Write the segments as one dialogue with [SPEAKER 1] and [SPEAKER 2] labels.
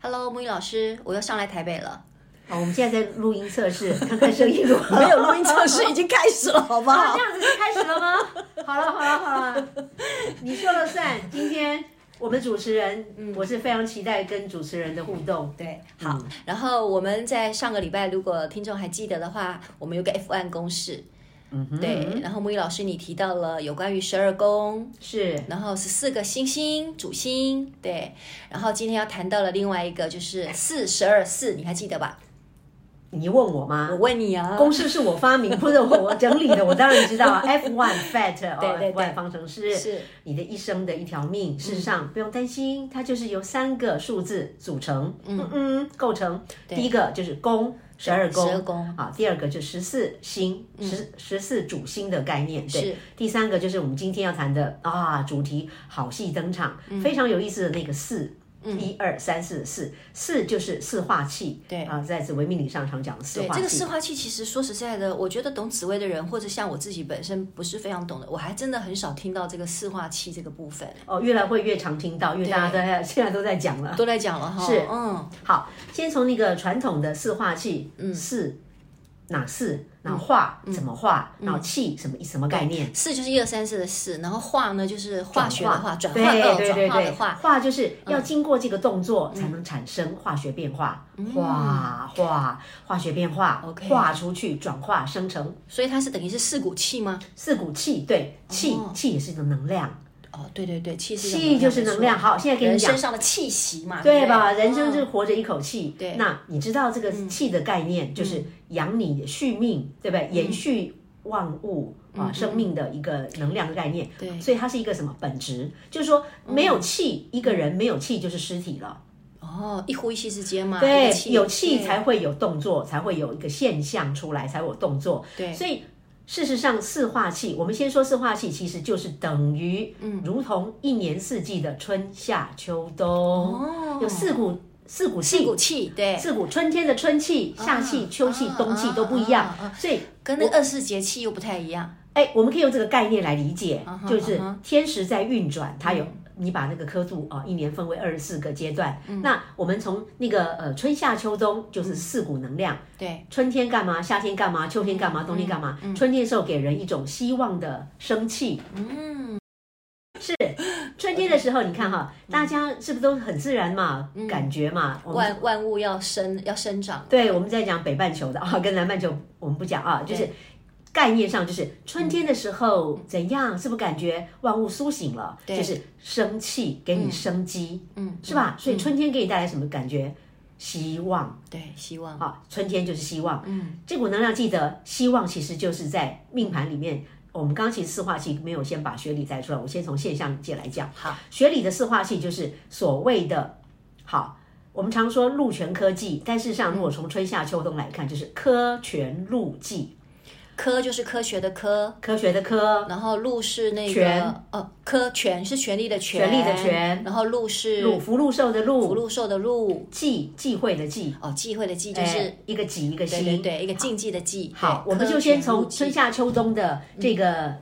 [SPEAKER 1] Hello，木鱼老师，我又上来台北了。
[SPEAKER 2] 好，我们现在在录音测试，看看声音如何。
[SPEAKER 1] 没有录音测试已经开始了，好
[SPEAKER 3] 哦
[SPEAKER 1] 不
[SPEAKER 2] 啊，
[SPEAKER 1] 好
[SPEAKER 2] 这？样子就开始了吗？ 好了，好了，好了，你说了算。今天我们主持人，
[SPEAKER 3] 嗯
[SPEAKER 2] 我是非常期待跟主持人的互动。
[SPEAKER 1] 对，好。然后我们在上个礼拜，如果听众还记得的话，我们有个 F1 公式。嗯、对，然后木易老师你提到了有关于十二宫，
[SPEAKER 2] 是
[SPEAKER 1] 然后十四个星星主星，对，然后今天要谈到了另外一个就是四十二四，你还记得吧？
[SPEAKER 2] 你问我吗
[SPEAKER 1] 我？问你啊，
[SPEAKER 2] 公式是我发明，不是我我整理的，我当然知道啊。F one fat，
[SPEAKER 1] 对对
[SPEAKER 2] 哦，F1 方程式
[SPEAKER 1] 是
[SPEAKER 2] 你的一生的一条
[SPEAKER 1] 嗯
[SPEAKER 2] 命。事实上不用担心，它就是由三个数字组成，嗯嗯，构成。第一个就是宫，十二宫，
[SPEAKER 1] 12宫
[SPEAKER 2] 啊。第二个就十四星，十十四主星的概念。
[SPEAKER 1] 嗯是
[SPEAKER 2] 对，第三个就是我们今天要谈的啊，主题好戏登场，
[SPEAKER 1] 嗯
[SPEAKER 2] 非常有意思的那个四。一二三四四四就是四化气，对啊，在紫微命理上常讲的四
[SPEAKER 1] 对
[SPEAKER 2] 化气。
[SPEAKER 1] 这个四化气，其实说实在的，我觉得懂紫薇的人，或者像我自己本身不是非常懂的，我还真的很少听到这个四化气这个部分，
[SPEAKER 2] 哦，越来会越常听到，因为大家都在现在都在讲了。
[SPEAKER 1] 都在讲了哈。
[SPEAKER 2] 是
[SPEAKER 1] 嗯，
[SPEAKER 2] 好，先从那个传统的四化气，嗯，四哪
[SPEAKER 1] 嗯
[SPEAKER 2] 四，然后化、怎么化，然后气什么什么概念？
[SPEAKER 1] 四就是一二三四的四，然后化呢就是化学的化，嗯转化
[SPEAKER 2] 对
[SPEAKER 1] 二，
[SPEAKER 2] 对对
[SPEAKER 1] 转化
[SPEAKER 2] 对，
[SPEAKER 1] 的嗯化。
[SPEAKER 2] 化就是要经过这个动作才能产生化学变化，化化化学变化
[SPEAKER 1] 嗯 OK
[SPEAKER 2] 化出去转化生成
[SPEAKER 1] 所以它是等于是四股气吗？
[SPEAKER 2] 四股气，对，气
[SPEAKER 1] 哦
[SPEAKER 2] 气也是一种能量，
[SPEAKER 1] 哦，对对对，气是
[SPEAKER 2] 气就是能量。好，现在给你
[SPEAKER 1] 人
[SPEAKER 2] 讲
[SPEAKER 1] 身。上的气息嘛，
[SPEAKER 2] 对
[SPEAKER 1] 不
[SPEAKER 2] 吧？人生
[SPEAKER 1] 嗯
[SPEAKER 2] 是活着一口气。对嗯那你知道这个气的概念，就是养你续命，对不对？延续万物啊，生命的一个能量的概念。对，嗯所以它是一个什么本质？就是说，没有气，一个人没有气就是尸体了。
[SPEAKER 1] 哦，一呼一吸之间嘛，一
[SPEAKER 2] 对
[SPEAKER 1] 个，气
[SPEAKER 2] 有气才
[SPEAKER 1] 对
[SPEAKER 2] 会有动作，才会有一个现象出来，才会有动作。对，所以事实上，四化气，我们先说四化气，其实就是等于，嗯，如同一年四季的春夏秋冬，哦有四股四股气，
[SPEAKER 1] 一股气，对，
[SPEAKER 2] 四股，春天的春气、夏气、秋气、冬气都不一样
[SPEAKER 1] 啊啊啊，
[SPEAKER 2] 所以
[SPEAKER 1] 跟那个二十四节气又不太一样。
[SPEAKER 2] 哎，我们可以用这个概念来理解，
[SPEAKER 1] 哈
[SPEAKER 2] 就是
[SPEAKER 1] 啊嗯哈
[SPEAKER 2] 天时在运转，它有。你把那个刻度啊，一年分为二十四个阶段。
[SPEAKER 1] 嗯
[SPEAKER 2] 那我们从那个呃春夏秋冬，就是四股能量。
[SPEAKER 1] 对，
[SPEAKER 2] 春天干嘛？夏天干嘛？秋天干
[SPEAKER 1] 嗯
[SPEAKER 2] 嘛？冬天干嘛？春天的时候给人一种希望的生气。嗯，是春天的时候，你看哈，
[SPEAKER 1] 嗯
[SPEAKER 2] 大家是不是都很自然嘛？感觉嘛，我们
[SPEAKER 1] 万万物要生要生长，
[SPEAKER 2] 对，我们在讲北半球的 啊，跟南半球我们不讲啊，就是概念上就是春天的时候怎样，是不是感觉万物苏醒了？
[SPEAKER 1] 对
[SPEAKER 2] 就是生气，给你生机，
[SPEAKER 1] 嗯，
[SPEAKER 2] 是吧？所以
[SPEAKER 1] 嗯
[SPEAKER 2] 春天给你带来什么感觉？希望
[SPEAKER 1] 对，希望
[SPEAKER 2] 啊，春天就是希望。
[SPEAKER 1] 嗯，
[SPEAKER 2] 这股能量记得，希望其实就是在命盘里面。我们刚刚其实四化气没有先把学理摘出来，我先从现象界来讲。
[SPEAKER 1] 好，
[SPEAKER 2] 学理的四化气就是所谓的好，我们常说陆权科技，但事实上如果从春夏秋冬来看，就是科权陆技，
[SPEAKER 1] 科就是科学的科，
[SPEAKER 2] 科学的科，
[SPEAKER 1] 然后路是那个
[SPEAKER 2] 权
[SPEAKER 1] 呃科权是权力的权，
[SPEAKER 2] 权力的权
[SPEAKER 1] 然后路是
[SPEAKER 2] 陆福禄寿的
[SPEAKER 1] 福
[SPEAKER 2] 禄，
[SPEAKER 1] 禄寿的禄，
[SPEAKER 2] 忌忌讳的忌，
[SPEAKER 1] 哦，忌讳的忌就是、
[SPEAKER 2] 哎一个己一个
[SPEAKER 1] 对
[SPEAKER 2] 心，
[SPEAKER 1] 对对，一个禁忌的忌。
[SPEAKER 2] 好，
[SPEAKER 1] 对
[SPEAKER 2] 我们
[SPEAKER 1] 科
[SPEAKER 2] 就先
[SPEAKER 1] 权入
[SPEAKER 2] 从
[SPEAKER 1] 忌
[SPEAKER 2] 春夏秋冬的这个，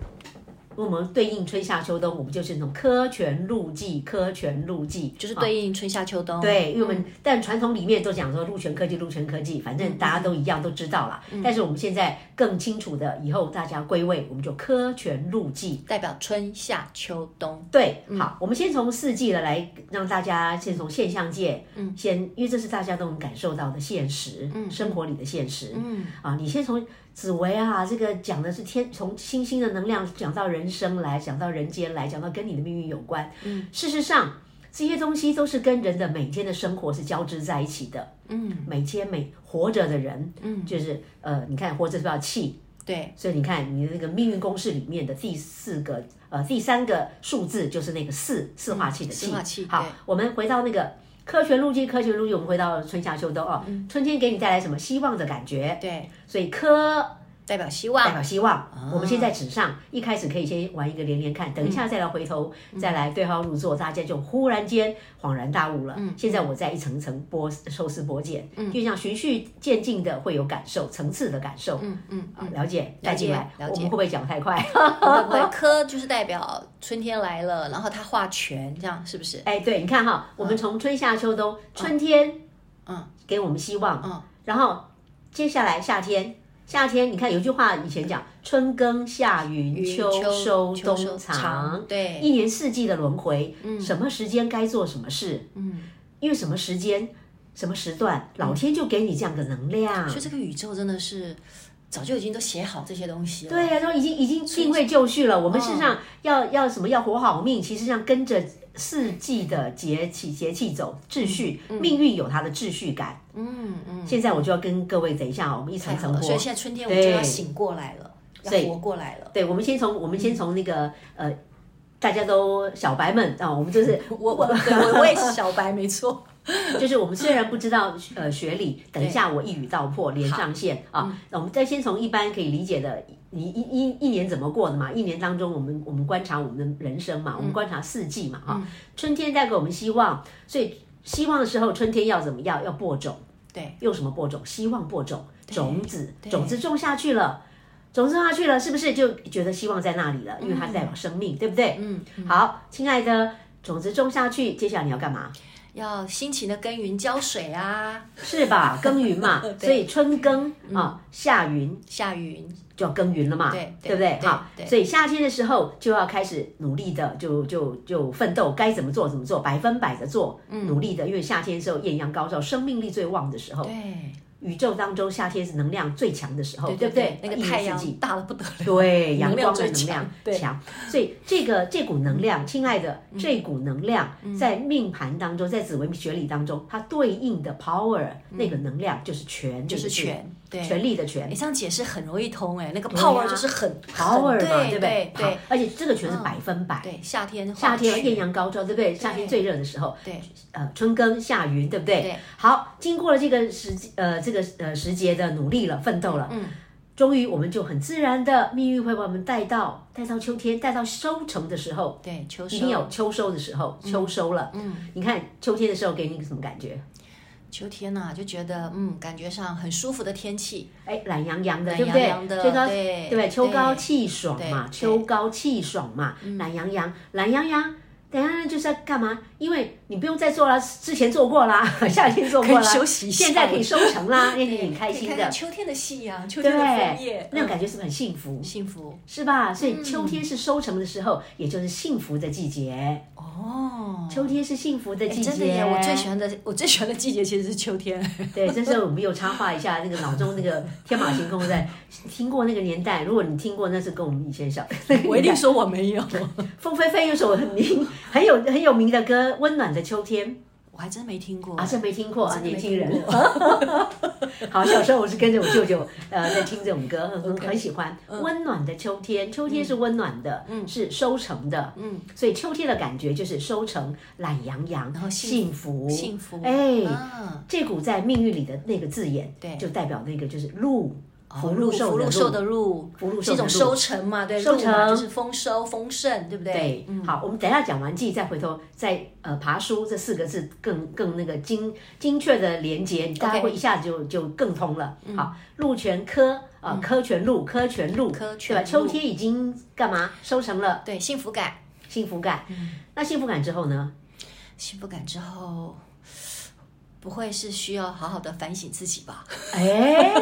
[SPEAKER 2] 我们对应春夏秋冬，我们就是从科权入技，科权入技
[SPEAKER 1] 就是。
[SPEAKER 2] 好
[SPEAKER 1] 对应春夏秋冬。
[SPEAKER 2] 对，啊因为我们但传统里面都讲说陆权科技，陆权科技，反正大家都一样，都知道啦。
[SPEAKER 1] 嗯
[SPEAKER 2] 但是我们现在更清楚的，以后大家归位，我们就科权入技。
[SPEAKER 1] 代嗯表春夏秋冬。
[SPEAKER 2] 对，好，我们先从四季的来让大家先从现象界，嗯，先因为这是大家都能感受到的现实，嗯，生活里的现实，嗯，啊，你先从紫薇啊，这个讲的是天，从星星的能量讲到人生来，讲到人间来，讲到跟你的命运有关，嗯，事实上这些东西都是跟人的每天的生活是交织在一起的，嗯，每天每活着的人，嗯，就是呃，你看活着是不是要气，
[SPEAKER 1] 对，
[SPEAKER 2] 所以你看，你的那个命运公式里面的第四个呃第三个数字就是那个四四化气的气。
[SPEAKER 1] 四化气
[SPEAKER 2] 好
[SPEAKER 1] 对，
[SPEAKER 2] 我们回到那个科学路径，科学路径，我们回到春夏秋冬哦。春天给你带来什么希望的感觉？
[SPEAKER 1] 对，
[SPEAKER 2] 所以科
[SPEAKER 1] 代表希
[SPEAKER 2] 代表
[SPEAKER 1] 望，
[SPEAKER 2] 希望。
[SPEAKER 1] 哦
[SPEAKER 2] 我们先在纸上，一开始可以先玩一个连连看，等一下再来回头、
[SPEAKER 1] 嗯
[SPEAKER 2] 再来对号入座，大家就忽然间恍然大悟了。
[SPEAKER 1] 嗯
[SPEAKER 2] 现在我在一层层剥抽丝剥茧，就这样循序渐进的会有感受，层次的感受。
[SPEAKER 1] 嗯嗯
[SPEAKER 2] 啊，了解，带进来。
[SPEAKER 1] 了解
[SPEAKER 2] 我们会不会讲太快？
[SPEAKER 1] 会不会科就是代表春天来了，然后它画全，这样是不是？
[SPEAKER 2] 哎，对，你看哈，我们从春夏秋冬，春天，
[SPEAKER 1] 嗯，
[SPEAKER 2] 给我们希望，
[SPEAKER 1] 嗯，
[SPEAKER 2] 然后接下来夏天，夏天，你看有一句话以前讲，春耕夏耘
[SPEAKER 1] 雨
[SPEAKER 2] 秋收
[SPEAKER 1] 秋
[SPEAKER 2] 冬藏，
[SPEAKER 1] 对，
[SPEAKER 2] 一年四季的轮回，什么时间该做什么事，
[SPEAKER 1] 嗯，
[SPEAKER 2] 因为什么时间。什么时段，老天就给你这样的能量。
[SPEAKER 1] 所以这个宇宙真的是早就已经都写好这些东西了。
[SPEAKER 2] 对呀、都已经已经定位就绪了。我们事实
[SPEAKER 1] 嗯
[SPEAKER 2] 上要、要什么要活好命，其实上跟着四季的节气节气走，秩序、命运有它的秩序感。
[SPEAKER 1] 嗯嗯，
[SPEAKER 2] 现在我就要跟各位等一下啊，我们一层
[SPEAKER 1] 太好
[SPEAKER 2] 层
[SPEAKER 1] 了。所以
[SPEAKER 2] 剥。
[SPEAKER 1] 现在春天我们就要
[SPEAKER 2] 对
[SPEAKER 1] 醒过来了，要
[SPEAKER 2] 以
[SPEAKER 1] 活过来了。
[SPEAKER 2] 对，我们先从我
[SPEAKER 1] 嗯
[SPEAKER 2] 们先从那个、呃，大家都小白们啊、我们就是
[SPEAKER 1] 我我 对我我也是小白，没错。
[SPEAKER 2] 就是我们虽然不知道呃学理，等一下我一语道破，连上线啊。那我们再先从一般可以理解的，你一一一年怎么过的嘛？一年当中，我们我们观察我们的人生嘛，我
[SPEAKER 1] 嗯
[SPEAKER 2] 们观察四季嘛啊。春天带给我们希望，所以希望的时候，春天要怎么样？要播种。
[SPEAKER 1] 对，
[SPEAKER 2] 用什么播种？希望播种种子，
[SPEAKER 1] 对
[SPEAKER 2] 种子种下去了。种子种下去了，是不是就觉得希望在那里了？因为它
[SPEAKER 1] 嗯
[SPEAKER 2] 代表生命，对不对？嗯。好，亲爱的，种子种下去，接下来你要干嘛？
[SPEAKER 1] 要辛勤的耕耘、浇水啊，
[SPEAKER 2] 是吧？耕耘嘛，所以春耕啊，夏耘
[SPEAKER 1] 下云，
[SPEAKER 2] 就要耕耘了嘛，
[SPEAKER 1] 嗯对
[SPEAKER 2] 对不
[SPEAKER 1] 对
[SPEAKER 2] 对？好
[SPEAKER 1] 对，对
[SPEAKER 2] 所以夏天的时候就要开始努力的，就就就奋斗，该怎么做怎么做，百分百的做，
[SPEAKER 1] 嗯
[SPEAKER 2] 努力的，因为夏天的时候艳阳高照，生命力最旺的时候，
[SPEAKER 1] 对
[SPEAKER 2] 宇宙当中夏天是能量最强的时候，不哦对？
[SPEAKER 1] 那
[SPEAKER 2] 一
[SPEAKER 1] 个
[SPEAKER 2] 年
[SPEAKER 1] 太
[SPEAKER 2] 四季
[SPEAKER 1] 阳大了不得了。
[SPEAKER 2] 对，阳
[SPEAKER 1] 能量
[SPEAKER 2] 光的
[SPEAKER 1] 最
[SPEAKER 2] 能量
[SPEAKER 1] 强对嗯
[SPEAKER 2] 强，所以这个这股能量，亲爱的，这股能量在命盘当中，在紫微学理当中，它对应的 power 那个能量就是权，就是
[SPEAKER 1] 嗯权，对，
[SPEAKER 2] 权力的权
[SPEAKER 1] 你这样解释很容易通哎，那个
[SPEAKER 2] 啊
[SPEAKER 1] power 就是很
[SPEAKER 2] ，power
[SPEAKER 1] 很
[SPEAKER 2] 嘛，
[SPEAKER 1] 对对
[SPEAKER 2] 不对？好
[SPEAKER 1] 对，嗯
[SPEAKER 2] 而且这个权是百分百。
[SPEAKER 1] 对，夏天
[SPEAKER 2] 夏天
[SPEAKER 1] 化
[SPEAKER 2] 艳
[SPEAKER 1] 学
[SPEAKER 2] 阳高照，对不对？夏天最热的时候，
[SPEAKER 1] 对，
[SPEAKER 2] 呃，春耕夏耘，对不对？
[SPEAKER 1] 对
[SPEAKER 2] 好，经过了这个时呃这个呃时节的努力了，奋斗了，
[SPEAKER 1] 嗯，
[SPEAKER 2] 终于我们就很自然的命运会把我们带到带到秋天，带到收成的时候，
[SPEAKER 1] 对秋
[SPEAKER 2] 一定
[SPEAKER 1] 收，
[SPEAKER 2] 有秋收的时候，秋收了。嗯，你看秋天的时候给你什么感觉？
[SPEAKER 1] 秋天呐、就觉得嗯，感觉上很舒服的天气，
[SPEAKER 2] 哎，懒洋洋的，
[SPEAKER 1] 懒
[SPEAKER 2] 对不对？
[SPEAKER 1] 洋洋的
[SPEAKER 2] 秋高
[SPEAKER 1] 对
[SPEAKER 2] 不对？秋高
[SPEAKER 1] 对
[SPEAKER 2] 气爽嘛，
[SPEAKER 1] 对嗯
[SPEAKER 2] 秋高气爽嘛，懒洋洋，懒洋洋。等一下就是要干嘛？因为你不用再做了，之前做 过啦，夏天做过啦，
[SPEAKER 1] 可以休息一下
[SPEAKER 2] 现在可以收成 啦，哎那你很开
[SPEAKER 1] 可以
[SPEAKER 2] 心
[SPEAKER 1] 看
[SPEAKER 2] 的
[SPEAKER 1] 看，秋天的夕阳，秋天的枫
[SPEAKER 2] 对嗯
[SPEAKER 1] 叶，，
[SPEAKER 2] 那种感觉是不是很幸福？
[SPEAKER 1] 幸福
[SPEAKER 2] 是吧？所以秋天是收成的时候，
[SPEAKER 1] 嗯
[SPEAKER 2] 也就是幸福的季节。
[SPEAKER 1] 哦。哎
[SPEAKER 2] 秋天是幸福的季节，
[SPEAKER 1] 真的耶！我最喜欢的，我最喜欢的季节其实是秋 天。
[SPEAKER 2] 对，这时候我们又插话一下，那个脑中那个天马行空在听过那个年代，如果你听过，那是跟我们以前小，
[SPEAKER 1] 我一定说我没有，
[SPEAKER 2] 凤飞飞有首很名 很有很有名的歌《温暖的秋天》，
[SPEAKER 1] 我还真没听过。哎
[SPEAKER 2] 啊，这没听过啊，
[SPEAKER 1] 真的
[SPEAKER 2] 年
[SPEAKER 1] 没
[SPEAKER 2] 轻
[SPEAKER 1] 听过
[SPEAKER 2] 人。 好，小时候我是跟着我舅舅呃在听这种歌，很很很喜欢。
[SPEAKER 1] 嗯
[SPEAKER 2] 温暖的秋天，秋天是温暖的，是收成的，嗯，所以秋天的感觉就是收成，懒洋洋，然
[SPEAKER 1] 后幸
[SPEAKER 2] 幸福，
[SPEAKER 1] 幸福
[SPEAKER 2] 哎
[SPEAKER 1] 啊，
[SPEAKER 2] 这股在命运里的那个字眼，
[SPEAKER 1] 对
[SPEAKER 2] 就代表那个就是禄，福禄
[SPEAKER 1] 禄
[SPEAKER 2] 寿
[SPEAKER 1] 福
[SPEAKER 2] 的
[SPEAKER 1] 禄寿的禄，
[SPEAKER 2] 福禄
[SPEAKER 1] 是
[SPEAKER 2] 寿
[SPEAKER 1] 一
[SPEAKER 2] 的
[SPEAKER 1] 种
[SPEAKER 2] 禄
[SPEAKER 1] 收成嘛，对，
[SPEAKER 2] 收
[SPEAKER 1] 禄嘛
[SPEAKER 2] 成
[SPEAKER 1] 就是丰收丰盛，对不嗯对？
[SPEAKER 2] 对，好，我们等一下讲完记，再回头再呃爬书这四个字更更那个精精确的连接，你大家
[SPEAKER 1] OK 嗯
[SPEAKER 2] 会一下子就就更通了。好，鹿泉科啊，科泉鹿，科泉鹿，
[SPEAKER 1] 科
[SPEAKER 2] 对
[SPEAKER 1] 泉
[SPEAKER 2] 吧？
[SPEAKER 1] 鹿
[SPEAKER 2] 秋天已经干嘛收成了
[SPEAKER 1] 对，幸福感，
[SPEAKER 2] 幸福感，
[SPEAKER 1] 嗯
[SPEAKER 2] 那幸福感之后呢？
[SPEAKER 1] 幸福感之后，不会是需要好好的反省自己吧？
[SPEAKER 2] 哎，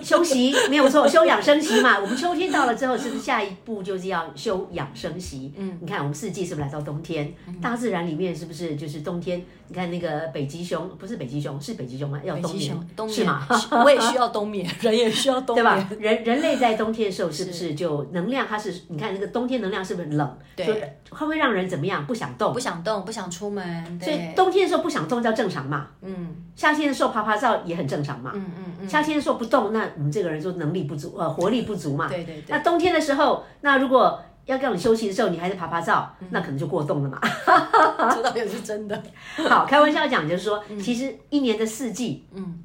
[SPEAKER 2] 休息没有错，休养生息 嘛。我们秋天到了之后，是不是下一步就是要休养生息？嗯，你看我们四季是不是来到冬天？
[SPEAKER 1] 嗯
[SPEAKER 2] 大自然里面是不是就是冬天？你看那个北极熊，不是北极熊，是北极熊吗？要
[SPEAKER 1] 北
[SPEAKER 2] 冬
[SPEAKER 1] 极
[SPEAKER 2] 眠
[SPEAKER 1] 熊，冬
[SPEAKER 2] 是
[SPEAKER 1] 眠
[SPEAKER 2] 吗？，
[SPEAKER 1] 是 我也需要冬眠，人也需要冬
[SPEAKER 2] 对
[SPEAKER 1] 眠，
[SPEAKER 2] 吧？人人类在冬天的时候，是不是就能量？它是你看那个冬天能量是不是冷？
[SPEAKER 1] 对
[SPEAKER 2] 就它会让人怎么样？不想动
[SPEAKER 1] 不。想动，不想出门，
[SPEAKER 2] 所以
[SPEAKER 1] 对，
[SPEAKER 2] 冬天的时候不想动叫正常嘛，
[SPEAKER 1] 嗯
[SPEAKER 2] 夏天的时候爬爬照也很正常嘛。
[SPEAKER 1] 嗯嗯嗯，
[SPEAKER 2] 夏天的 时候不动，那我们这个人就能力不足，呃，活力不足嘛。
[SPEAKER 1] 对对对
[SPEAKER 2] 那冬天的时候，那如果要叫你休息的时候，你还在爬爬照，
[SPEAKER 1] 嗯
[SPEAKER 2] 那可能就过动了嘛。
[SPEAKER 1] 这倒也是真的。
[SPEAKER 2] 好，开玩笑讲就是说，
[SPEAKER 1] 嗯
[SPEAKER 2] 其实一年的四季，嗯，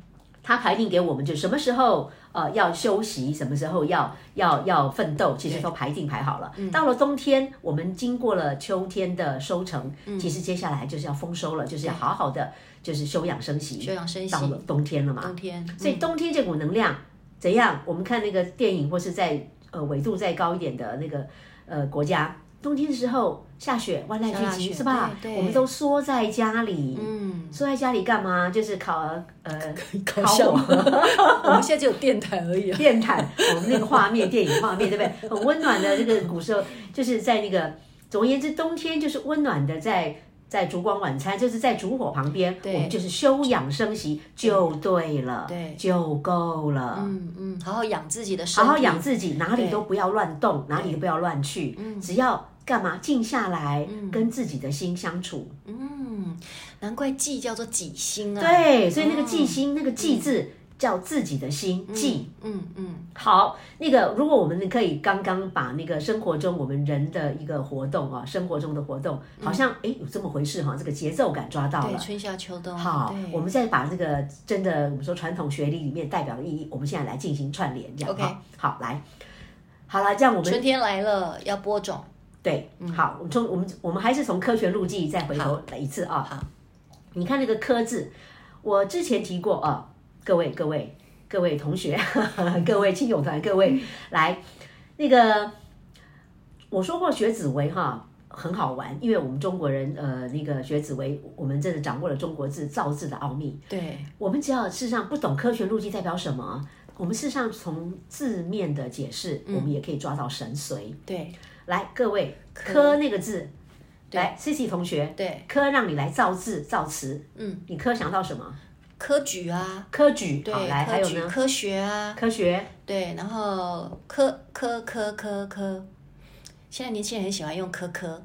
[SPEAKER 2] 它排定给我们就什么时候呃要休息，什么时候要要要奋斗，其实都排定排好了。
[SPEAKER 1] 嗯
[SPEAKER 2] 到了冬天，我们经过了秋天的收成，
[SPEAKER 1] 嗯
[SPEAKER 2] 其实接下来就是要丰收了，就是要好好的就是休养生息，
[SPEAKER 1] 休养生息
[SPEAKER 2] 到了冬天了嘛，
[SPEAKER 1] 冬天，
[SPEAKER 2] 所以冬天这股能量怎样？我们看那个电影，或是在呃纬度再高一点的那个呃国家，冬天的时候下雪，万籁
[SPEAKER 1] 下
[SPEAKER 2] 俱
[SPEAKER 1] 雪
[SPEAKER 2] 寂是吧？
[SPEAKER 1] 对对
[SPEAKER 2] 我们都缩在家里，
[SPEAKER 1] 嗯，
[SPEAKER 2] 缩在家里干嘛？就是烤 呃
[SPEAKER 1] 搞
[SPEAKER 2] 笑
[SPEAKER 1] 笑。我们现在只有电台而已啊。
[SPEAKER 2] 电毯， 我们那个画面，电影画面，对不对？很温暖的这个古时候，就是在那个，总而言之，冬天就是温暖的在。在烛光晚餐，就是在烛火旁边，我们就是休养生息就对了，
[SPEAKER 1] 对
[SPEAKER 2] 就够了。
[SPEAKER 1] 嗯嗯，好好养自己的身
[SPEAKER 2] 好
[SPEAKER 1] 体，
[SPEAKER 2] 好养自己，哪里都不要乱动，哪里都不要乱去，
[SPEAKER 1] 嗯
[SPEAKER 2] 只要干嘛静下来，跟自己的心相处。
[SPEAKER 1] 嗯，难怪忌叫做己心啊。，
[SPEAKER 2] 对，所以那个记心，那个记字叫自己的心记。
[SPEAKER 1] 嗯嗯，
[SPEAKER 2] 好，那个如果我们可以刚刚把那个生活中我们人的一个活动啊，生活中的活动，好像哎有这么回事哈，这个节奏感抓到
[SPEAKER 1] 对，
[SPEAKER 2] 了。
[SPEAKER 1] 春夏秋冬。
[SPEAKER 2] 好
[SPEAKER 1] 对，
[SPEAKER 2] 我们再把这个真的我们说传统学历里面代表的意义，我们现在来进行串联，这样
[SPEAKER 1] OK
[SPEAKER 2] 好好来，好了，这样我们
[SPEAKER 1] 春天来了，要播种。
[SPEAKER 2] 对，好，我们从我们我们还是从科学路径再回头来一次啊。
[SPEAKER 1] 嗯好，
[SPEAKER 2] 你看那个“科”字，我之前提过啊，各位各位各位同学， 各位亲友团，各
[SPEAKER 1] 嗯
[SPEAKER 2] 位、来那个，我说过学紫薇哈。很好玩，因为我们中国人，呃，那个学紫薇，我们真的掌握了中国字造字的奥秘。
[SPEAKER 1] 对，
[SPEAKER 2] 我们只要事实上不懂科学路径代表什么，我们事实上从字面的解释，
[SPEAKER 1] 嗯
[SPEAKER 2] 我们也可以抓到神髓。
[SPEAKER 1] 对，
[SPEAKER 2] 来，各位，科那个字，来，Cici 同学，
[SPEAKER 1] 对，
[SPEAKER 2] 科让你来造字造词，
[SPEAKER 1] 嗯，
[SPEAKER 2] 你科想到什么？
[SPEAKER 1] 科举啊，
[SPEAKER 2] 科举，好，
[SPEAKER 1] 对，
[SPEAKER 2] 来，还
[SPEAKER 1] 科
[SPEAKER 2] 有
[SPEAKER 1] 举、
[SPEAKER 2] 呢，
[SPEAKER 1] 科学啊，
[SPEAKER 2] 科学，
[SPEAKER 1] 对，然后科科科科科，现在年轻人很喜欢用科 科，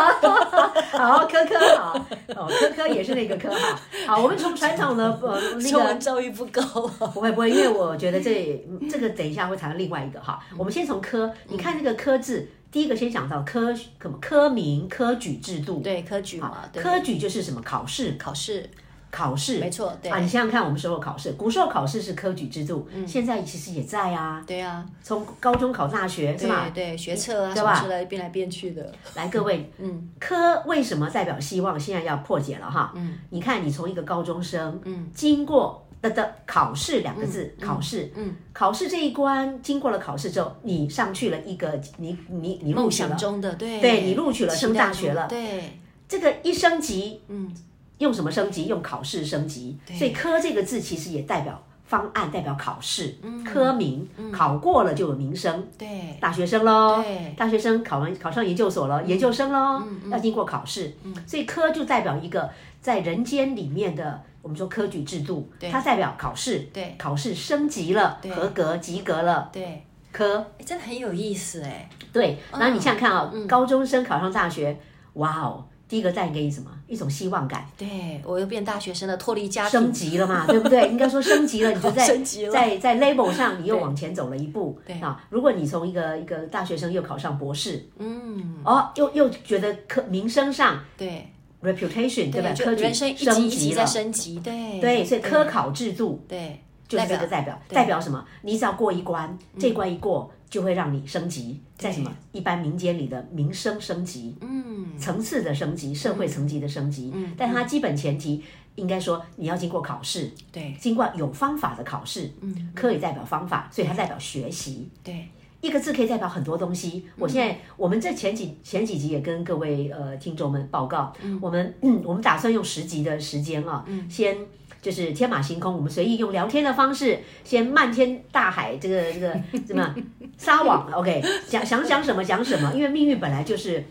[SPEAKER 2] 好，科科好，哦，科科也是那个科好，好，我们从传 统的呃那
[SPEAKER 1] 中文
[SPEAKER 2] 个。
[SPEAKER 1] 造诣不高 啊。
[SPEAKER 2] 不会不会，因为我觉得这这个等一下会谈到另外一个哈。
[SPEAKER 1] 嗯
[SPEAKER 2] 我们先从科，你看这个科字，第一个先想到科什么科名科举制度，
[SPEAKER 1] 对，科举
[SPEAKER 2] 好
[SPEAKER 1] 嘛，，对，
[SPEAKER 2] 科举就是什么考试
[SPEAKER 1] 考试，
[SPEAKER 2] 考试，
[SPEAKER 1] 没错对
[SPEAKER 2] 啊，你想想看，我们时候考试，古时候考试是科举制度，现在其实也在啊，
[SPEAKER 1] 对啊，
[SPEAKER 2] 从高中考大学是吧
[SPEAKER 1] 对？对，学测啊，什
[SPEAKER 2] 吧
[SPEAKER 1] 么之类变来变去的，
[SPEAKER 2] 来，各位，嗯，科为什么代表希望？现在要破解了哈，嗯，你看，你从一个高中生，嗯，经过的的考试两个字，考试，嗯，考试这一关经过了考试之后，你上去了一个，你你你
[SPEAKER 1] 梦
[SPEAKER 2] 录取了
[SPEAKER 1] 想，中的，对，
[SPEAKER 2] 对你录取了
[SPEAKER 1] 期
[SPEAKER 2] 升
[SPEAKER 1] 待
[SPEAKER 2] 大学
[SPEAKER 1] 中的
[SPEAKER 2] 了
[SPEAKER 1] 对，
[SPEAKER 2] 这个一升级，嗯，用什么升级？用考试升级。所以“科”这个字其实也代表方案，代表考试，
[SPEAKER 1] 嗯
[SPEAKER 2] 科名，考过了就有名声。
[SPEAKER 1] 对，
[SPEAKER 2] 大学生喽
[SPEAKER 1] 对，嗯
[SPEAKER 2] 大学生考完考上研究所了，研究生喽，要经过考试，所以科就代表一个在人间里面的，我们说科举制度，它代表考试，
[SPEAKER 1] 对
[SPEAKER 2] 考试升级了，合格及格了，
[SPEAKER 1] 对，
[SPEAKER 2] 科
[SPEAKER 1] 诶哎真的很有意思哎，
[SPEAKER 2] 对，然后你想想看
[SPEAKER 1] 嗯
[SPEAKER 2] 啊、高中生考上大学，哇哦，第一个带给你什么？一种希望感，
[SPEAKER 1] 对我又变大学生了，脱离家庭，
[SPEAKER 2] 升级了嘛， 对不对？应该说升级了，你就在
[SPEAKER 1] 哦升级了
[SPEAKER 2] 在在 label 上，你又往前走了一步。
[SPEAKER 1] 对
[SPEAKER 2] 啊，如果你从一个一个大学生又考上博士，
[SPEAKER 1] 嗯，
[SPEAKER 2] 哦，又又觉得科名声上
[SPEAKER 1] 对，
[SPEAKER 2] reputation 对吧？
[SPEAKER 1] 就
[SPEAKER 2] 科举
[SPEAKER 1] 人生一级
[SPEAKER 2] 升
[SPEAKER 1] 一级
[SPEAKER 2] 级
[SPEAKER 1] 在
[SPEAKER 2] 了，
[SPEAKER 1] 升级，对，
[SPEAKER 2] 对，所以科考制度
[SPEAKER 1] 对，
[SPEAKER 2] 就是这
[SPEAKER 1] 代
[SPEAKER 2] 个
[SPEAKER 1] 表
[SPEAKER 2] 代表，
[SPEAKER 1] 对嗯
[SPEAKER 2] 代表什么？你只要过一关，这关一过就会让你升级，在什么一般民间里的名声升级。
[SPEAKER 1] 嗯，
[SPEAKER 2] 层次的升级，社会层级的升级，但它基本前提应该说你要经过考试，
[SPEAKER 1] 对
[SPEAKER 2] 经过有方法的考试，嗯，可以代表方法，所以它代表学习。
[SPEAKER 1] 对，
[SPEAKER 2] 一个字可以代表很多东西。我现在我们这前几前几集也跟各位呃听众们报告，我们、嗯、我们打算用十集的时间啊，先就是天马行空，我们随意用聊天的方式，先漫天大海这个这个怎么样撒网？OK，想想讲什么讲什么，因为命运本来就是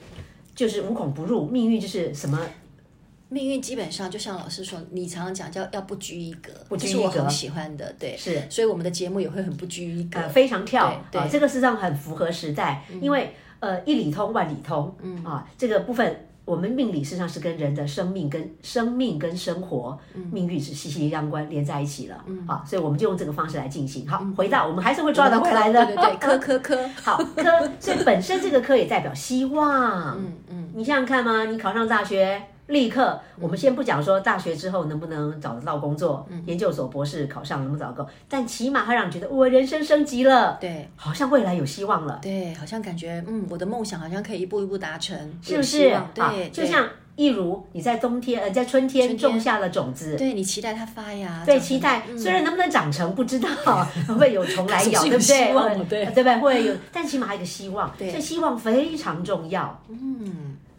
[SPEAKER 2] 就是无孔不入，命运就是什么
[SPEAKER 1] 命运基本上就像老师说，你常常讲叫要不拘一格，
[SPEAKER 2] 不
[SPEAKER 1] 这
[SPEAKER 2] 拘
[SPEAKER 1] 是
[SPEAKER 2] 一
[SPEAKER 1] 我
[SPEAKER 2] 格
[SPEAKER 1] 很喜欢的，对，
[SPEAKER 2] 是
[SPEAKER 1] 所以我们的节目也会很不拘一格，
[SPEAKER 2] 呃非常跳
[SPEAKER 1] 对
[SPEAKER 2] 啊、
[SPEAKER 1] 对嗯
[SPEAKER 2] 这个事实上很符合时代，因为呃一里通万里通，啊这个部分我们命理实际上是跟人的生命、跟生命跟生活、
[SPEAKER 1] 嗯
[SPEAKER 2] 命运是息息相关，连在一起了。好，所以我们就用这个方式来进行。好，回到我们还是会抓得回来的。
[SPEAKER 1] 对对 对，嗯科科科，
[SPEAKER 2] 好 科，所以本身这个科也代表希望。嗯嗯，你想想看嘛，你考上大学，立刻，我们先不讲说大学之后能不能找得到工作，
[SPEAKER 1] 嗯
[SPEAKER 2] 研究所博士考上能不能找到工作，但起码它让你觉得我人生升级了，
[SPEAKER 1] 对
[SPEAKER 2] 好像未来有希望了，
[SPEAKER 1] 对，好像感觉嗯，我的梦想好像可以一步一步达成，
[SPEAKER 2] 是
[SPEAKER 1] 是
[SPEAKER 2] 不是？啊
[SPEAKER 1] 对，
[SPEAKER 2] 就
[SPEAKER 1] 对
[SPEAKER 2] 像一如你在冬天呃在春天种下了种子。
[SPEAKER 1] 对你期待它发芽，
[SPEAKER 2] 对，
[SPEAKER 1] 长
[SPEAKER 2] 期
[SPEAKER 1] 成
[SPEAKER 2] 待
[SPEAKER 1] 嗯
[SPEAKER 2] 虽然能不能长成不 知道，会不会有虫来咬，
[SPEAKER 1] 总是有
[SPEAKER 2] 对不对？
[SPEAKER 1] 希望的
[SPEAKER 2] 会
[SPEAKER 1] 对
[SPEAKER 2] 对不对？会有，但起码还有一个希望，所
[SPEAKER 1] 对
[SPEAKER 2] 以希望非常重要。嗯，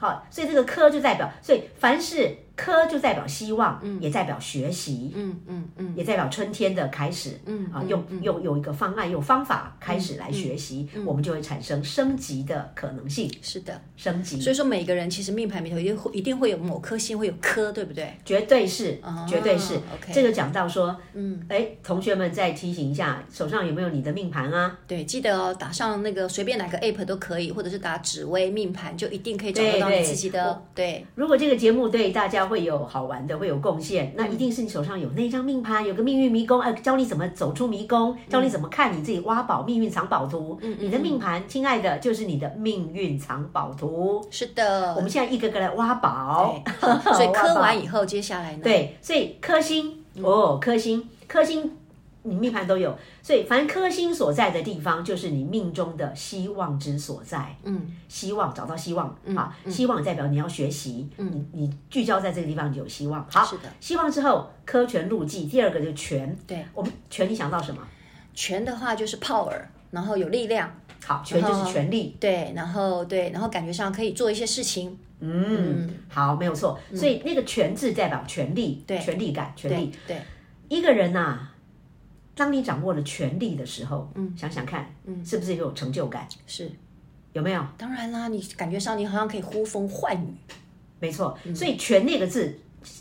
[SPEAKER 2] 好，所以这个科就代表，所以凡是科就代表希望，也代表学习，
[SPEAKER 1] 嗯嗯嗯
[SPEAKER 2] 也代表春天的开始。嗯嗯啊，用用有一个方案，有方法开始来学习，我们就会产生升级的可能性，
[SPEAKER 1] 是的，
[SPEAKER 2] 升级。
[SPEAKER 1] 所以说每个人其实命盘里头一定会一定会有某颗星会有颗，对不对？
[SPEAKER 2] 绝对是，绝对是。
[SPEAKER 1] OK
[SPEAKER 2] 这个讲到说，哦嗯，哎，同学们再提醒一下，手上有没有你的命盘啊？
[SPEAKER 1] 对，记得哦，打上那个随便哪个 app 都可以，或者是打紫薇命盘，就一定可以找得到
[SPEAKER 2] 对
[SPEAKER 1] 你
[SPEAKER 2] 对
[SPEAKER 1] 自己的。对
[SPEAKER 2] 如果这个节目对大家会有好玩的，会有贡献，
[SPEAKER 1] 嗯
[SPEAKER 2] 那一定是你手上有那张命盘，有个命运迷宫，哎，教你怎么走出迷宫，
[SPEAKER 1] 嗯
[SPEAKER 2] 教你怎么看你自己挖宝命运藏宝图。你的命盘，亲爱的，就是你的命运藏宝图。
[SPEAKER 1] 是的，
[SPEAKER 2] 我们现在一个个来挖宝，
[SPEAKER 1] 好 所以
[SPEAKER 2] 挖
[SPEAKER 1] 磕
[SPEAKER 2] 宝
[SPEAKER 1] 完以后，接下来呢？，
[SPEAKER 2] 对，哎所以颗星
[SPEAKER 1] 嗯
[SPEAKER 2] 哦，颗星，颗星，你命盘都有，所以凡颗星所在的地方，就是你命中的希望之所在。
[SPEAKER 1] 嗯，
[SPEAKER 2] 希望找到希望啊，希望代表你要学习，你你聚焦在这个地方，你就有希望。好，
[SPEAKER 1] 嗯是的
[SPEAKER 2] 希望之后，科权入记，第二个就是权。
[SPEAKER 1] 对，
[SPEAKER 2] 我们权，你想到什么？
[SPEAKER 1] 权的话就是 power，然后有力量，
[SPEAKER 2] 好，权就是权力。
[SPEAKER 1] 对，然后对，然后感觉上可以做一些事情，
[SPEAKER 2] 嗯，好，没有错。所以那个权字代表权力，
[SPEAKER 1] 对
[SPEAKER 2] 权力感，权力
[SPEAKER 1] 对。对，
[SPEAKER 2] 一个人呐、当你掌握了权力的时候，嗯，想想看，嗯，是不是有成就感？
[SPEAKER 1] 是。
[SPEAKER 2] 有没有？
[SPEAKER 1] 当然啦，你感觉上你好像可以呼风唤雨，
[SPEAKER 2] 没错，所以“权”那个字，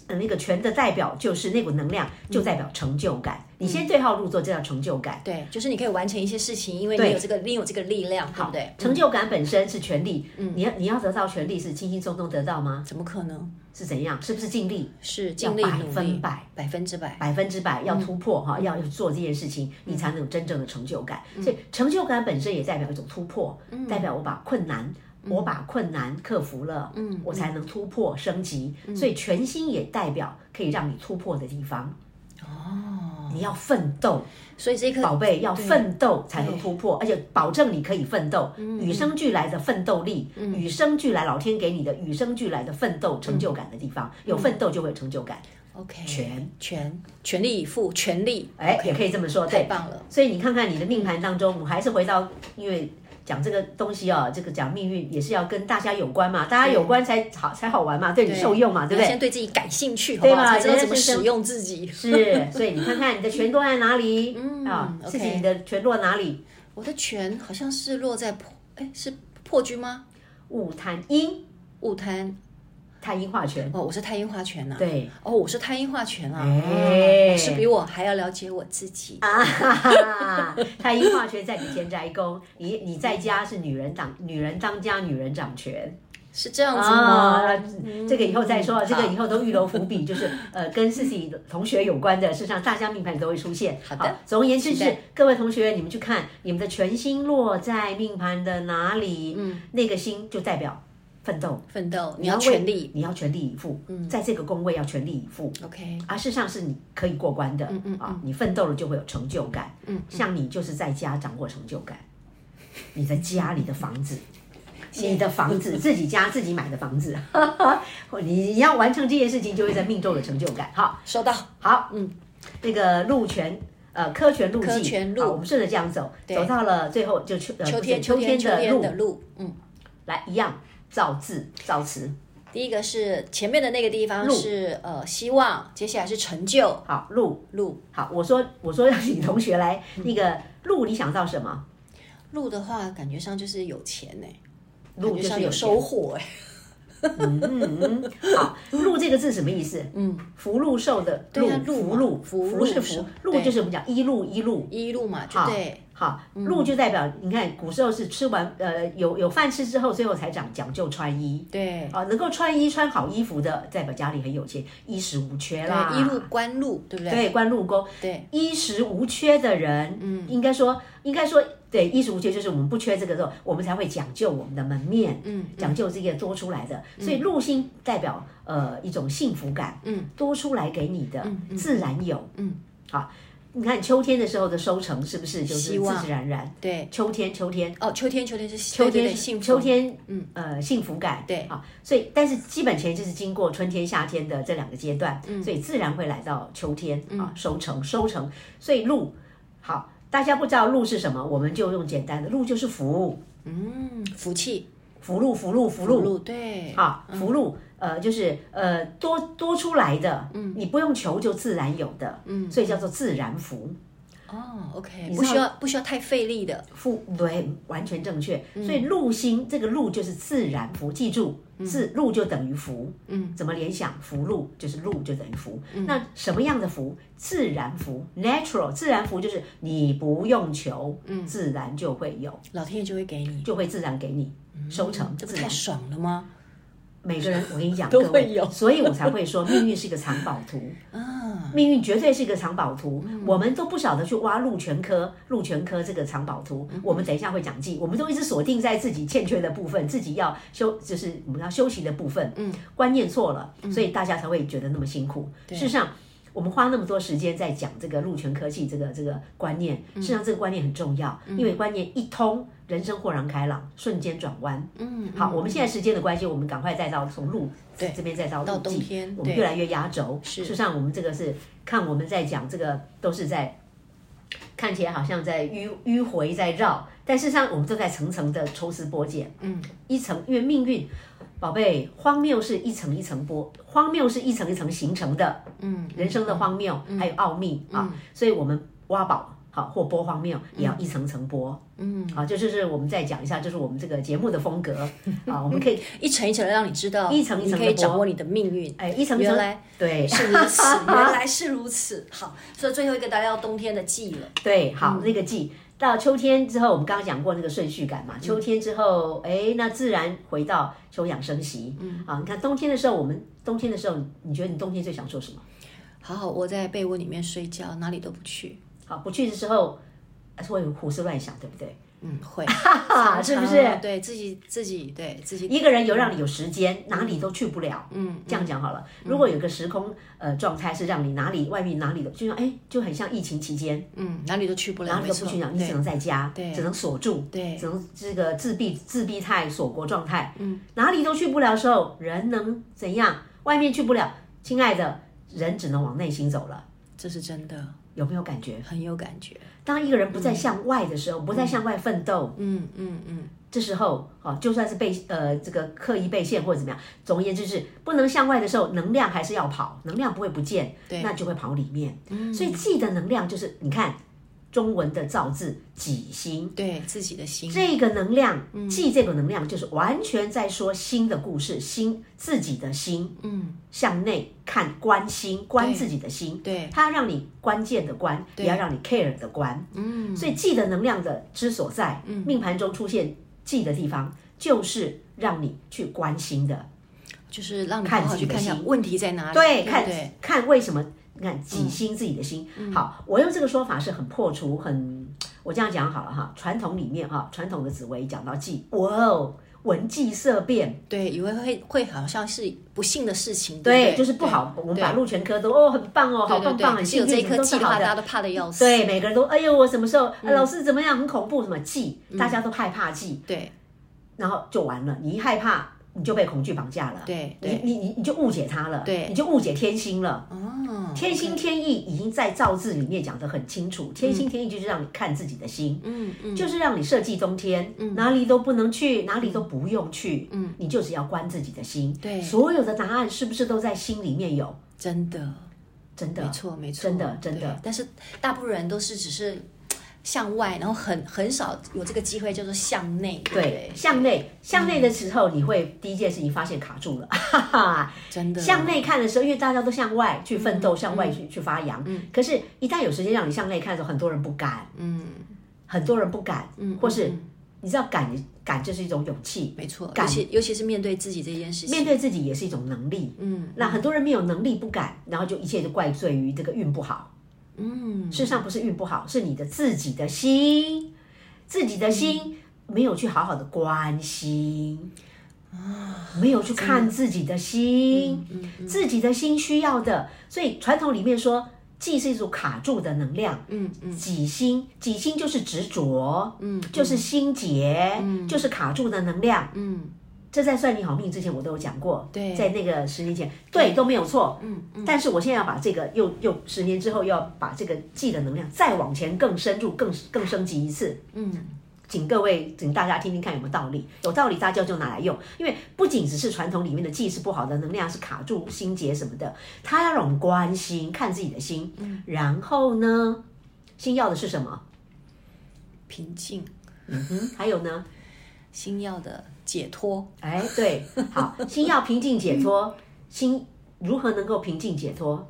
[SPEAKER 2] 呃那个“权”的代表就是那股能量，就代表成就感。你先对号入座，这叫成就感。
[SPEAKER 1] 对，就是你可以完成一些事情，因为你有这个，你有这个力量，对不嗯对？
[SPEAKER 2] 成就感本身是权利，你要你要得到权利是轻轻松松得到吗？
[SPEAKER 1] 怎么可能？
[SPEAKER 2] 是怎样？是不是尽力？
[SPEAKER 1] 是尽力
[SPEAKER 2] 百
[SPEAKER 1] 努力，
[SPEAKER 2] 分百，
[SPEAKER 1] 百分之百，
[SPEAKER 2] 百分之百要突破哈、要做这件事情，你才能有真正的成就感。所以成就感本身也代表一种突破，代表我把困难。我把困难克服了，嗯，我才能突破升级。所以全心也代表可以让你突破的地方。哦，你要奋斗，
[SPEAKER 1] 所以这颗
[SPEAKER 2] 宝贝要奋斗才能突破，而且保证你可以奋斗，与生俱来的奋斗力，与生俱来老天给你的与生俱来的奋斗成就感的地方，有奋斗就会有成就感。
[SPEAKER 1] OK
[SPEAKER 2] 全
[SPEAKER 1] 全全力以赴，全力
[SPEAKER 2] 哎，也可以这么说，
[SPEAKER 1] 太
[SPEAKER 2] 对，
[SPEAKER 1] 棒了，
[SPEAKER 2] 所以你看看你的命盘当中，我还是回到，因为讲这个东西哦，这个讲命运也是要跟大家有关嘛，大家有关才好才好玩嘛，对你受用嘛，对不
[SPEAKER 1] 你要先
[SPEAKER 2] 对？
[SPEAKER 1] 对自己感兴趣，好不好？
[SPEAKER 2] 对嘛
[SPEAKER 1] 才知道
[SPEAKER 2] 人家
[SPEAKER 1] 怎么
[SPEAKER 2] 是生
[SPEAKER 1] 使用自己。
[SPEAKER 2] 是，所以你看看你的权落在哪里，啊，
[SPEAKER 1] OK
[SPEAKER 2] 自己的权落哪里？
[SPEAKER 1] 我的拳好像是落在破，哎，是破军吗？
[SPEAKER 2] 五贪阴，
[SPEAKER 1] 雾贪
[SPEAKER 2] 太阴化权，
[SPEAKER 1] 哦，我是太阴化权呐、啊。
[SPEAKER 2] 对，
[SPEAKER 1] 哦，我是太阴化权啊，
[SPEAKER 2] 哎
[SPEAKER 1] 老师比我还要了解我自己。
[SPEAKER 2] 啊哈哈， 太阴化权在你田宅宫，你你在家是女人掌，女人当家，女人掌权。
[SPEAKER 1] 是这样子吗？
[SPEAKER 2] 啊，这个以后再
[SPEAKER 1] 嗯
[SPEAKER 2] 说，这个以后都预留伏 笔，就是呃，跟自己同学有关的，事实上大家命盘里都会出现。
[SPEAKER 1] 好的
[SPEAKER 2] 总而言之
[SPEAKER 1] 期
[SPEAKER 2] 就
[SPEAKER 1] 待
[SPEAKER 2] 是各位同学，你们去看你们的全星落在命盘的哪里，嗯，那个星就代表奋斗，
[SPEAKER 1] 奋斗，你要
[SPEAKER 2] 为
[SPEAKER 1] 全力。，嗯
[SPEAKER 2] 你要全力以赴，在这个宫位要全力以赴。
[SPEAKER 1] OK，
[SPEAKER 2] 啊，事实上是你可以过关的，
[SPEAKER 1] 嗯
[SPEAKER 2] 啊，你奋斗了就会有成就感，像你就是在家掌握成就感，你的家、你的房 子、你的房子自己家自己买的房子， 你要完成这件事情，就会在命中有成就感。好，
[SPEAKER 1] 收到。
[SPEAKER 2] 好，嗯，那个鹿泉。呃，科泉路
[SPEAKER 1] 科
[SPEAKER 2] 径，
[SPEAKER 1] 泉路
[SPEAKER 2] 好，我们顺着这样走，走到了最后就秋呃
[SPEAKER 1] 秋
[SPEAKER 2] 不是
[SPEAKER 1] 天，
[SPEAKER 2] 秋天
[SPEAKER 1] 秋
[SPEAKER 2] 的
[SPEAKER 1] 天
[SPEAKER 2] 路
[SPEAKER 1] 的路，嗯。
[SPEAKER 2] 来一样造字造词，
[SPEAKER 1] 第一个是前面的那个地方
[SPEAKER 2] 路
[SPEAKER 1] 是呃希望，接下来是成就
[SPEAKER 2] 好路
[SPEAKER 1] 路
[SPEAKER 2] 好，我说我说让你同学来那个路，你想到什么？
[SPEAKER 1] 路的话，感觉上就是有钱呢、
[SPEAKER 2] 路
[SPEAKER 1] 感
[SPEAKER 2] 就
[SPEAKER 1] 觉上
[SPEAKER 2] 是
[SPEAKER 1] 有
[SPEAKER 2] 钱
[SPEAKER 1] 收获哎、
[SPEAKER 2] 嗯，好，禄这个字什么意思？嗯，福禄寿的禄
[SPEAKER 1] 对啊，禄
[SPEAKER 2] 福
[SPEAKER 1] 嘛
[SPEAKER 2] 禄，
[SPEAKER 1] 福禄
[SPEAKER 2] 福是
[SPEAKER 1] 寿
[SPEAKER 2] 福，禄
[SPEAKER 1] 对
[SPEAKER 2] 就是我们讲一路一路。
[SPEAKER 1] 一路嘛，就嗯
[SPEAKER 2] 好
[SPEAKER 1] 对，
[SPEAKER 2] 好，路就代表你看，古时候是吃完呃有有饭吃之后，最后才讲讲究穿衣。
[SPEAKER 1] 对，
[SPEAKER 2] 啊，能够穿衣穿好衣服的，代表家里很有钱，衣食无缺啦。
[SPEAKER 1] 一路官路，对不对？
[SPEAKER 2] 对，官禄宫，
[SPEAKER 1] 对，
[SPEAKER 2] 衣食无缺的人，嗯，应该说，应该说，对，衣食无缺就是我们不缺这个肉，我们才会讲究我们的门面，嗯，讲究这个多出来的，所以禄星代表呃一种幸福感，嗯，多出来给你的，自然有，嗯，好，你看秋天的时候的收成是不是就是
[SPEAKER 1] 希望
[SPEAKER 2] 自自然然？
[SPEAKER 1] 对
[SPEAKER 2] 秋天，秋天，
[SPEAKER 1] 哦，秋天，秋天是
[SPEAKER 2] 秋
[SPEAKER 1] 秋
[SPEAKER 2] 天
[SPEAKER 1] 幸福，
[SPEAKER 2] 秋天，嗯呃，幸福感，
[SPEAKER 1] 对
[SPEAKER 2] 啊，所以但是基本前就是经过春天、夏天的这两个阶段，
[SPEAKER 1] 嗯
[SPEAKER 2] 所以自然会来到秋天啊，收成收成，所以路好，大家不知道路是什么，我们就用简单的路就是福，
[SPEAKER 1] 嗯，福气，
[SPEAKER 2] 福禄福禄福
[SPEAKER 1] 福
[SPEAKER 2] 禄
[SPEAKER 1] 禄，嗯对，
[SPEAKER 2] 啊，福禄。呃，就是呃，多多出来的，嗯，你不用求就自然有的，嗯，所以叫做自然福。
[SPEAKER 1] 哦，OK，
[SPEAKER 2] 知
[SPEAKER 1] 不
[SPEAKER 2] 道
[SPEAKER 1] 需要不需要太费力的，
[SPEAKER 2] 福对，完全正确。
[SPEAKER 1] 嗯
[SPEAKER 2] 所以禄星这个禄就是自然福，记住，
[SPEAKER 1] 嗯
[SPEAKER 2] 自禄就等于福。嗯，怎么联想？福禄就是禄就等于福。
[SPEAKER 1] 嗯
[SPEAKER 2] 那什么样的福？自然福，natural 自然福就是你不用求，
[SPEAKER 1] 嗯
[SPEAKER 2] 自然就会有，
[SPEAKER 1] 老天爷就会给你，
[SPEAKER 2] 就会自然给你收成。
[SPEAKER 1] 嗯这不
[SPEAKER 2] 自
[SPEAKER 1] 太
[SPEAKER 2] 然，
[SPEAKER 1] 爽了吗？
[SPEAKER 2] 每 个人我跟你讲，
[SPEAKER 1] 都
[SPEAKER 2] 各位
[SPEAKER 1] 会有
[SPEAKER 2] 所以我才会说命运是一个藏宝图。
[SPEAKER 1] 啊，
[SPEAKER 2] 命运绝对是一个藏宝图，我们都不晓得去挖陆全科，陆全科这个藏宝图，我们等一下会讲记，我们都一直锁定在自己欠缺的部分，自己要修，就是我们要休息的部分，嗯，观念错了，
[SPEAKER 1] 嗯
[SPEAKER 2] 所以大家才会觉得那么辛苦。事实上。我们花那么多时间在讲这个陆全科技这个这个观念，
[SPEAKER 1] 嗯
[SPEAKER 2] 事实上这个观念很重要，因为观念一通，人生豁然开朗，瞬间转弯。嗯，好，我们现在时间的关系，我们赶快再到从陆这边再到
[SPEAKER 1] 到
[SPEAKER 2] 陆
[SPEAKER 1] 冬
[SPEAKER 2] 地
[SPEAKER 1] 天
[SPEAKER 2] 我们
[SPEAKER 1] 对
[SPEAKER 2] 越来越压轴。
[SPEAKER 1] 是
[SPEAKER 2] 事实上我们这个是看我们在讲这个都是在看起来好像在迂迂回在绕，但事实上我们都在层层的抽丝剥茧。嗯，一层因为命运，宝贝，荒谬是一层一层剥，荒谬是一层一层形成的。嗯，人生的荒谬、还有奥秘、啊，所以我们挖宝。好，或剥荒谬也要一层层剥，嗯，好，这就是我们再讲一下，就是我们这个节目的 风格啊，我们可以
[SPEAKER 1] 一层一层的让你知道，
[SPEAKER 2] 一层一层
[SPEAKER 1] 你
[SPEAKER 2] 地
[SPEAKER 1] 可以
[SPEAKER 2] 剥
[SPEAKER 1] 掌握你的命运，
[SPEAKER 2] 哎一层一层
[SPEAKER 1] 原来
[SPEAKER 2] 对
[SPEAKER 1] 是如 此，原来是如此。好，所以最后一个大家要冬天的季了，
[SPEAKER 2] 对，好，那个季到秋天之后，我们刚刚讲过那个顺序感嘛。秋天之后，哎，那自然回到休养生息。嗯，啊，你看冬天的时候，我们冬天的时候，你觉得你冬天最想做什么？
[SPEAKER 1] 好好窝在被窝里面睡觉，哪里都不去。
[SPEAKER 2] 好，不去的时候还是会胡思乱想，对不对？
[SPEAKER 1] 嗯，会，
[SPEAKER 2] 啊， 是不是？
[SPEAKER 1] 常对自己自己对自己
[SPEAKER 2] 一个人有让你有时间，哪里都去不了。嗯，这样讲好了。如果有个时空呃状态是让你哪里外面哪里都，就像哎，就很像疫情期间，
[SPEAKER 1] 嗯哪里都去不了，
[SPEAKER 2] 哪里都
[SPEAKER 1] 没错
[SPEAKER 2] 不去了，你只能在家，只能锁住，
[SPEAKER 1] 对
[SPEAKER 2] 只能这个自闭自闭态锁国状态，嗯，哪里都去不了的时候，人能怎样？外面去不了，亲爱的，人只能往内心走了，
[SPEAKER 1] 这是真的，
[SPEAKER 2] 有没有感觉？
[SPEAKER 1] 很有感觉。
[SPEAKER 2] 当一个人不再向外的时候，不再向外奋斗，
[SPEAKER 1] 嗯嗯嗯，
[SPEAKER 2] 这时候哦，就算是被呃这个刻意被限或者怎么样，总而言之是不能向外的时候，能量还是要跑，能量不会不见，
[SPEAKER 1] 对
[SPEAKER 2] 那就会跑里面。所以记的能量就是你看中文的造字己心。
[SPEAKER 1] 对自己的心，嗯
[SPEAKER 2] 这个能量，记这个能量，就是完全在说心的故事，心自己的心，嗯，向内看观心，观自己的心，
[SPEAKER 1] 对
[SPEAKER 2] 它要让你关键的关，也要让你 care 的关，嗯，所以记的能量的之所在，
[SPEAKER 1] 嗯
[SPEAKER 2] 命盘中出现记的地方，就是让你去关心的，
[SPEAKER 1] 就是让你好好去看一下
[SPEAKER 2] 看自己的心
[SPEAKER 1] 问题在哪里，
[SPEAKER 2] 对，
[SPEAKER 1] 不
[SPEAKER 2] 看
[SPEAKER 1] 对嗯
[SPEAKER 2] 看为什么？你看己心自己的心。好，我用这个说法是很破除，很我这样讲好了哈。传统里面哈，传统的紫薇讲到忌，哇哦，文记色变，
[SPEAKER 1] 对，以为会会好像是不幸的事情，
[SPEAKER 2] 对，
[SPEAKER 1] 不
[SPEAKER 2] 就是不好。我们把
[SPEAKER 1] 对
[SPEAKER 2] 禄全科都哦，很棒哦，
[SPEAKER 1] 对
[SPEAKER 2] 好
[SPEAKER 1] 对
[SPEAKER 2] 棒
[SPEAKER 1] 对
[SPEAKER 2] 棒，很
[SPEAKER 1] 只有
[SPEAKER 2] 幸
[SPEAKER 1] 这一
[SPEAKER 2] 运，
[SPEAKER 1] 颗
[SPEAKER 2] 都
[SPEAKER 1] 忌
[SPEAKER 2] 是
[SPEAKER 1] 的话，
[SPEAKER 2] 好
[SPEAKER 1] 大家
[SPEAKER 2] 的。
[SPEAKER 1] 都嗯怕的要死，
[SPEAKER 2] 对，每个人都哎呦，我什么时候、啊老师怎么样，很恐怖，什么忌，
[SPEAKER 1] 嗯
[SPEAKER 2] 大家都害怕忌，
[SPEAKER 1] 对
[SPEAKER 2] 然后就完了。你一害怕，你就被恐惧绑架了。
[SPEAKER 1] 对
[SPEAKER 2] 你
[SPEAKER 1] 对，
[SPEAKER 2] 你你你就误解它了，
[SPEAKER 1] 对
[SPEAKER 2] 你就误解天心了。
[SPEAKER 1] 哦，
[SPEAKER 2] 天心天意已经在造字里面讲得很清楚，天心天意就是让你看自己的心，
[SPEAKER 1] 嗯嗯，
[SPEAKER 2] 就是让你设计冬天，哪里都不能去，哪里都不用去，你就只要关自己的心。
[SPEAKER 1] 嗯对
[SPEAKER 2] 所有的答案是不是都在心里面有？
[SPEAKER 1] 真的
[SPEAKER 2] 真的，
[SPEAKER 1] 没错没错，
[SPEAKER 2] 真的真的
[SPEAKER 1] 对。但是大部分人都是只是向外，然后很很少有这个机会叫做向内，对不嗯
[SPEAKER 2] 对，向内向内的时候，你会第一件事情发现卡住了，哈哈。
[SPEAKER 1] 真的
[SPEAKER 2] 向内看的时候，因为大家都向外去
[SPEAKER 1] 嗯
[SPEAKER 2] 奋斗，向外去去发扬。可是，一旦有时间让你向内看的时候，很多人不敢。嗯，很多人不敢，
[SPEAKER 1] 嗯
[SPEAKER 2] 或是你知道敢敢就是一种勇气，
[SPEAKER 1] 没错，尤
[SPEAKER 2] 敢
[SPEAKER 1] 其尤其是面对自己这件事情，
[SPEAKER 2] 面对自己也是一种能力。嗯，那很多人没有能力不敢，然后就一切就怪罪于这个运不好。嗯，事实上不是运不好，是你的自己的心，自己的心没有去好好的关心。没有去看自己的心，自己的心需要的，所以传统里面说，忌是一种卡住的能量，嗯嗯，己心，己心就是执着，嗯，就是心结，嗯，就是卡住的能量，嗯，这在算你好命之前我都有讲过，
[SPEAKER 1] 对
[SPEAKER 2] 在那个十年前，对，都没有错，嗯嗯，但是我现在要把这个又又十年之后又要把这个忌的能量再往前更深入、更更升级一次，请各位，请大家听听看有没有道理，有道理大家就拿来用，因为不仅只是传统里面的记是不好的能量是卡住心结什么的，它要让我们关心，看自己的心，然后呢，心要的是什么？
[SPEAKER 1] 平静，
[SPEAKER 2] 嗯，还有呢，
[SPEAKER 1] 心要的解脱，
[SPEAKER 2] 哎，对，好，心要平静解脱，心如何能够平静解脱？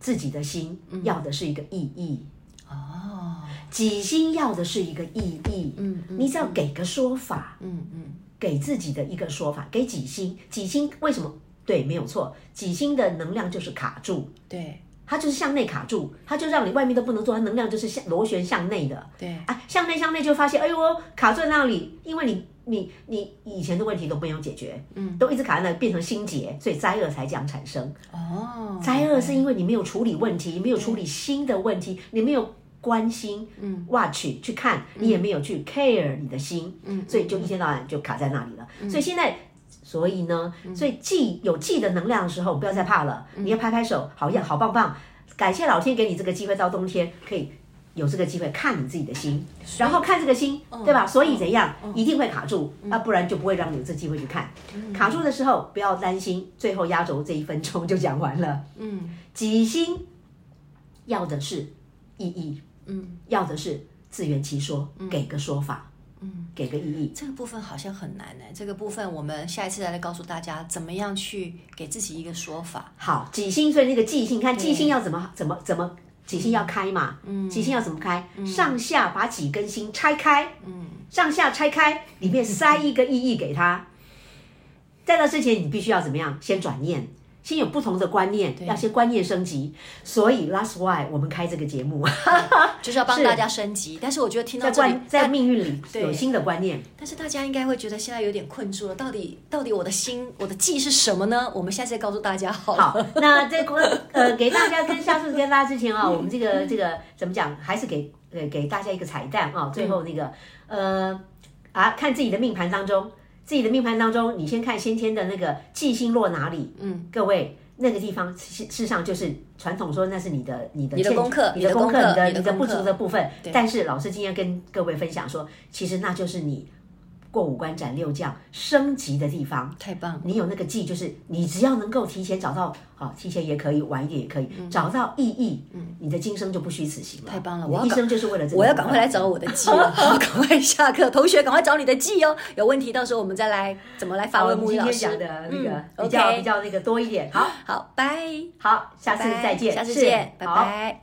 [SPEAKER 2] 自己的心要的是一个意义，
[SPEAKER 1] 哦，
[SPEAKER 2] 己心要的是一个意义，嗯，你只要给个说法，
[SPEAKER 1] 嗯嗯
[SPEAKER 2] 给自己的一个说法，给己心，己心为什么？对，没有错，己心的能量就是卡住，
[SPEAKER 1] 对
[SPEAKER 2] 它就是向内卡住，它就让你外面都不能做，它能量就是向螺旋向内的，
[SPEAKER 1] 对，
[SPEAKER 2] 啊，向内向内就发现，哎呦，卡住在那里，因为你你你以前的问题都没有解决，嗯，都一直卡在那里，变成心结，所以灾厄才这样产生。
[SPEAKER 1] 哦，
[SPEAKER 2] 灾厄是因为你没有处理问题，没有处理新的问题，你没有关心，嗯，watch 去看，你也没有去 care 你的心，嗯，所以就一天到晚就卡在那里了。所以现在，所以呢，所以记有记的能量的时候，不要再怕了，你要拍拍手，好样，好棒棒，感谢老天给你这个机会，到冬天可以。有这个机会看你自己的心，然后看这个心，对吧？所以怎样，一定会卡住，那、不然就不会让你有这机会去看。卡住的时候不要担心，最后压轴这一分钟就讲完了。
[SPEAKER 1] 嗯
[SPEAKER 2] 己心要的是意义，
[SPEAKER 1] 嗯
[SPEAKER 2] 要的是自圆其说，给个说法，
[SPEAKER 1] 嗯，
[SPEAKER 2] 给个意义。
[SPEAKER 1] 这个部分好像很难呢、这个部分我们下一次再来告诉大家怎么样去给自己一个说法。
[SPEAKER 2] 好，己心，所以那个记性，看记性要怎么怎么怎么，己心要开嘛，
[SPEAKER 1] 嗯
[SPEAKER 2] 己心要怎么开？上下把几根心拆开，
[SPEAKER 1] 嗯
[SPEAKER 2] 上下拆开，里面塞一个意义给它。在那之前，你必须要怎么样？先转念，先有不同的观念，要先观念升级。所以，that's why 我们开这个 节目，
[SPEAKER 1] 就是要帮大家升级。但是我觉得听到
[SPEAKER 2] 在
[SPEAKER 1] 这里
[SPEAKER 2] 观，在
[SPEAKER 1] 但
[SPEAKER 2] 命运里有新的观念。
[SPEAKER 1] 但是大家应该会觉得现在有点困住了，到底到底我的心我的记是什么呢？我们下次再告诉大家好了。
[SPEAKER 2] 好， 那这个呃，给大家跟下次跟大家之
[SPEAKER 1] 嗯
[SPEAKER 2] 前啊、我们这个这个怎么讲，还是给给给大家一个彩蛋
[SPEAKER 1] 嗯
[SPEAKER 2] 啊、最后那个呃啊，看自己的命盘当中，自己的命盘当中，你先看先天的那个忌星落哪里，嗯，各位。那个地方事事实上就是传统说那是你的你的
[SPEAKER 1] 你的
[SPEAKER 2] 欠
[SPEAKER 1] 功课
[SPEAKER 2] 你
[SPEAKER 1] 你的
[SPEAKER 2] 的功课
[SPEAKER 1] 功课
[SPEAKER 2] 你的
[SPEAKER 1] 你的
[SPEAKER 2] 你的
[SPEAKER 1] 功
[SPEAKER 2] 不足
[SPEAKER 1] 课
[SPEAKER 2] 的部分。但是老师今天跟各位分享说，其实那就是你过五关斩六将升级的地方。
[SPEAKER 1] 太棒了，
[SPEAKER 2] 你有那个记，就是你只要能够提前找到，好、提前也可以，晚一点也可以，找到意义，你的今生就不虚此行了。
[SPEAKER 1] 嗯太棒了
[SPEAKER 2] 你
[SPEAKER 1] 我要
[SPEAKER 2] 一
[SPEAKER 1] 赶
[SPEAKER 2] 生就是为了这个。
[SPEAKER 1] 我要赶快来。找我的记 了，好赶快下课，同学赶快找你的记哦。有问题到时候我们再来怎么来发
[SPEAKER 2] 好，我
[SPEAKER 1] 问
[SPEAKER 2] 们
[SPEAKER 1] 木鱼
[SPEAKER 2] 今
[SPEAKER 1] 老
[SPEAKER 2] 天
[SPEAKER 1] 师。
[SPEAKER 2] 讲的那个
[SPEAKER 1] 嗯
[SPEAKER 2] 比较、
[SPEAKER 1] OK
[SPEAKER 2] 比较那个多一点。好，
[SPEAKER 1] 好，拜，
[SPEAKER 2] 好，下次
[SPEAKER 1] 拜
[SPEAKER 2] 再见，
[SPEAKER 1] 下次
[SPEAKER 2] 是
[SPEAKER 1] 见，拜
[SPEAKER 2] 好
[SPEAKER 1] 拜。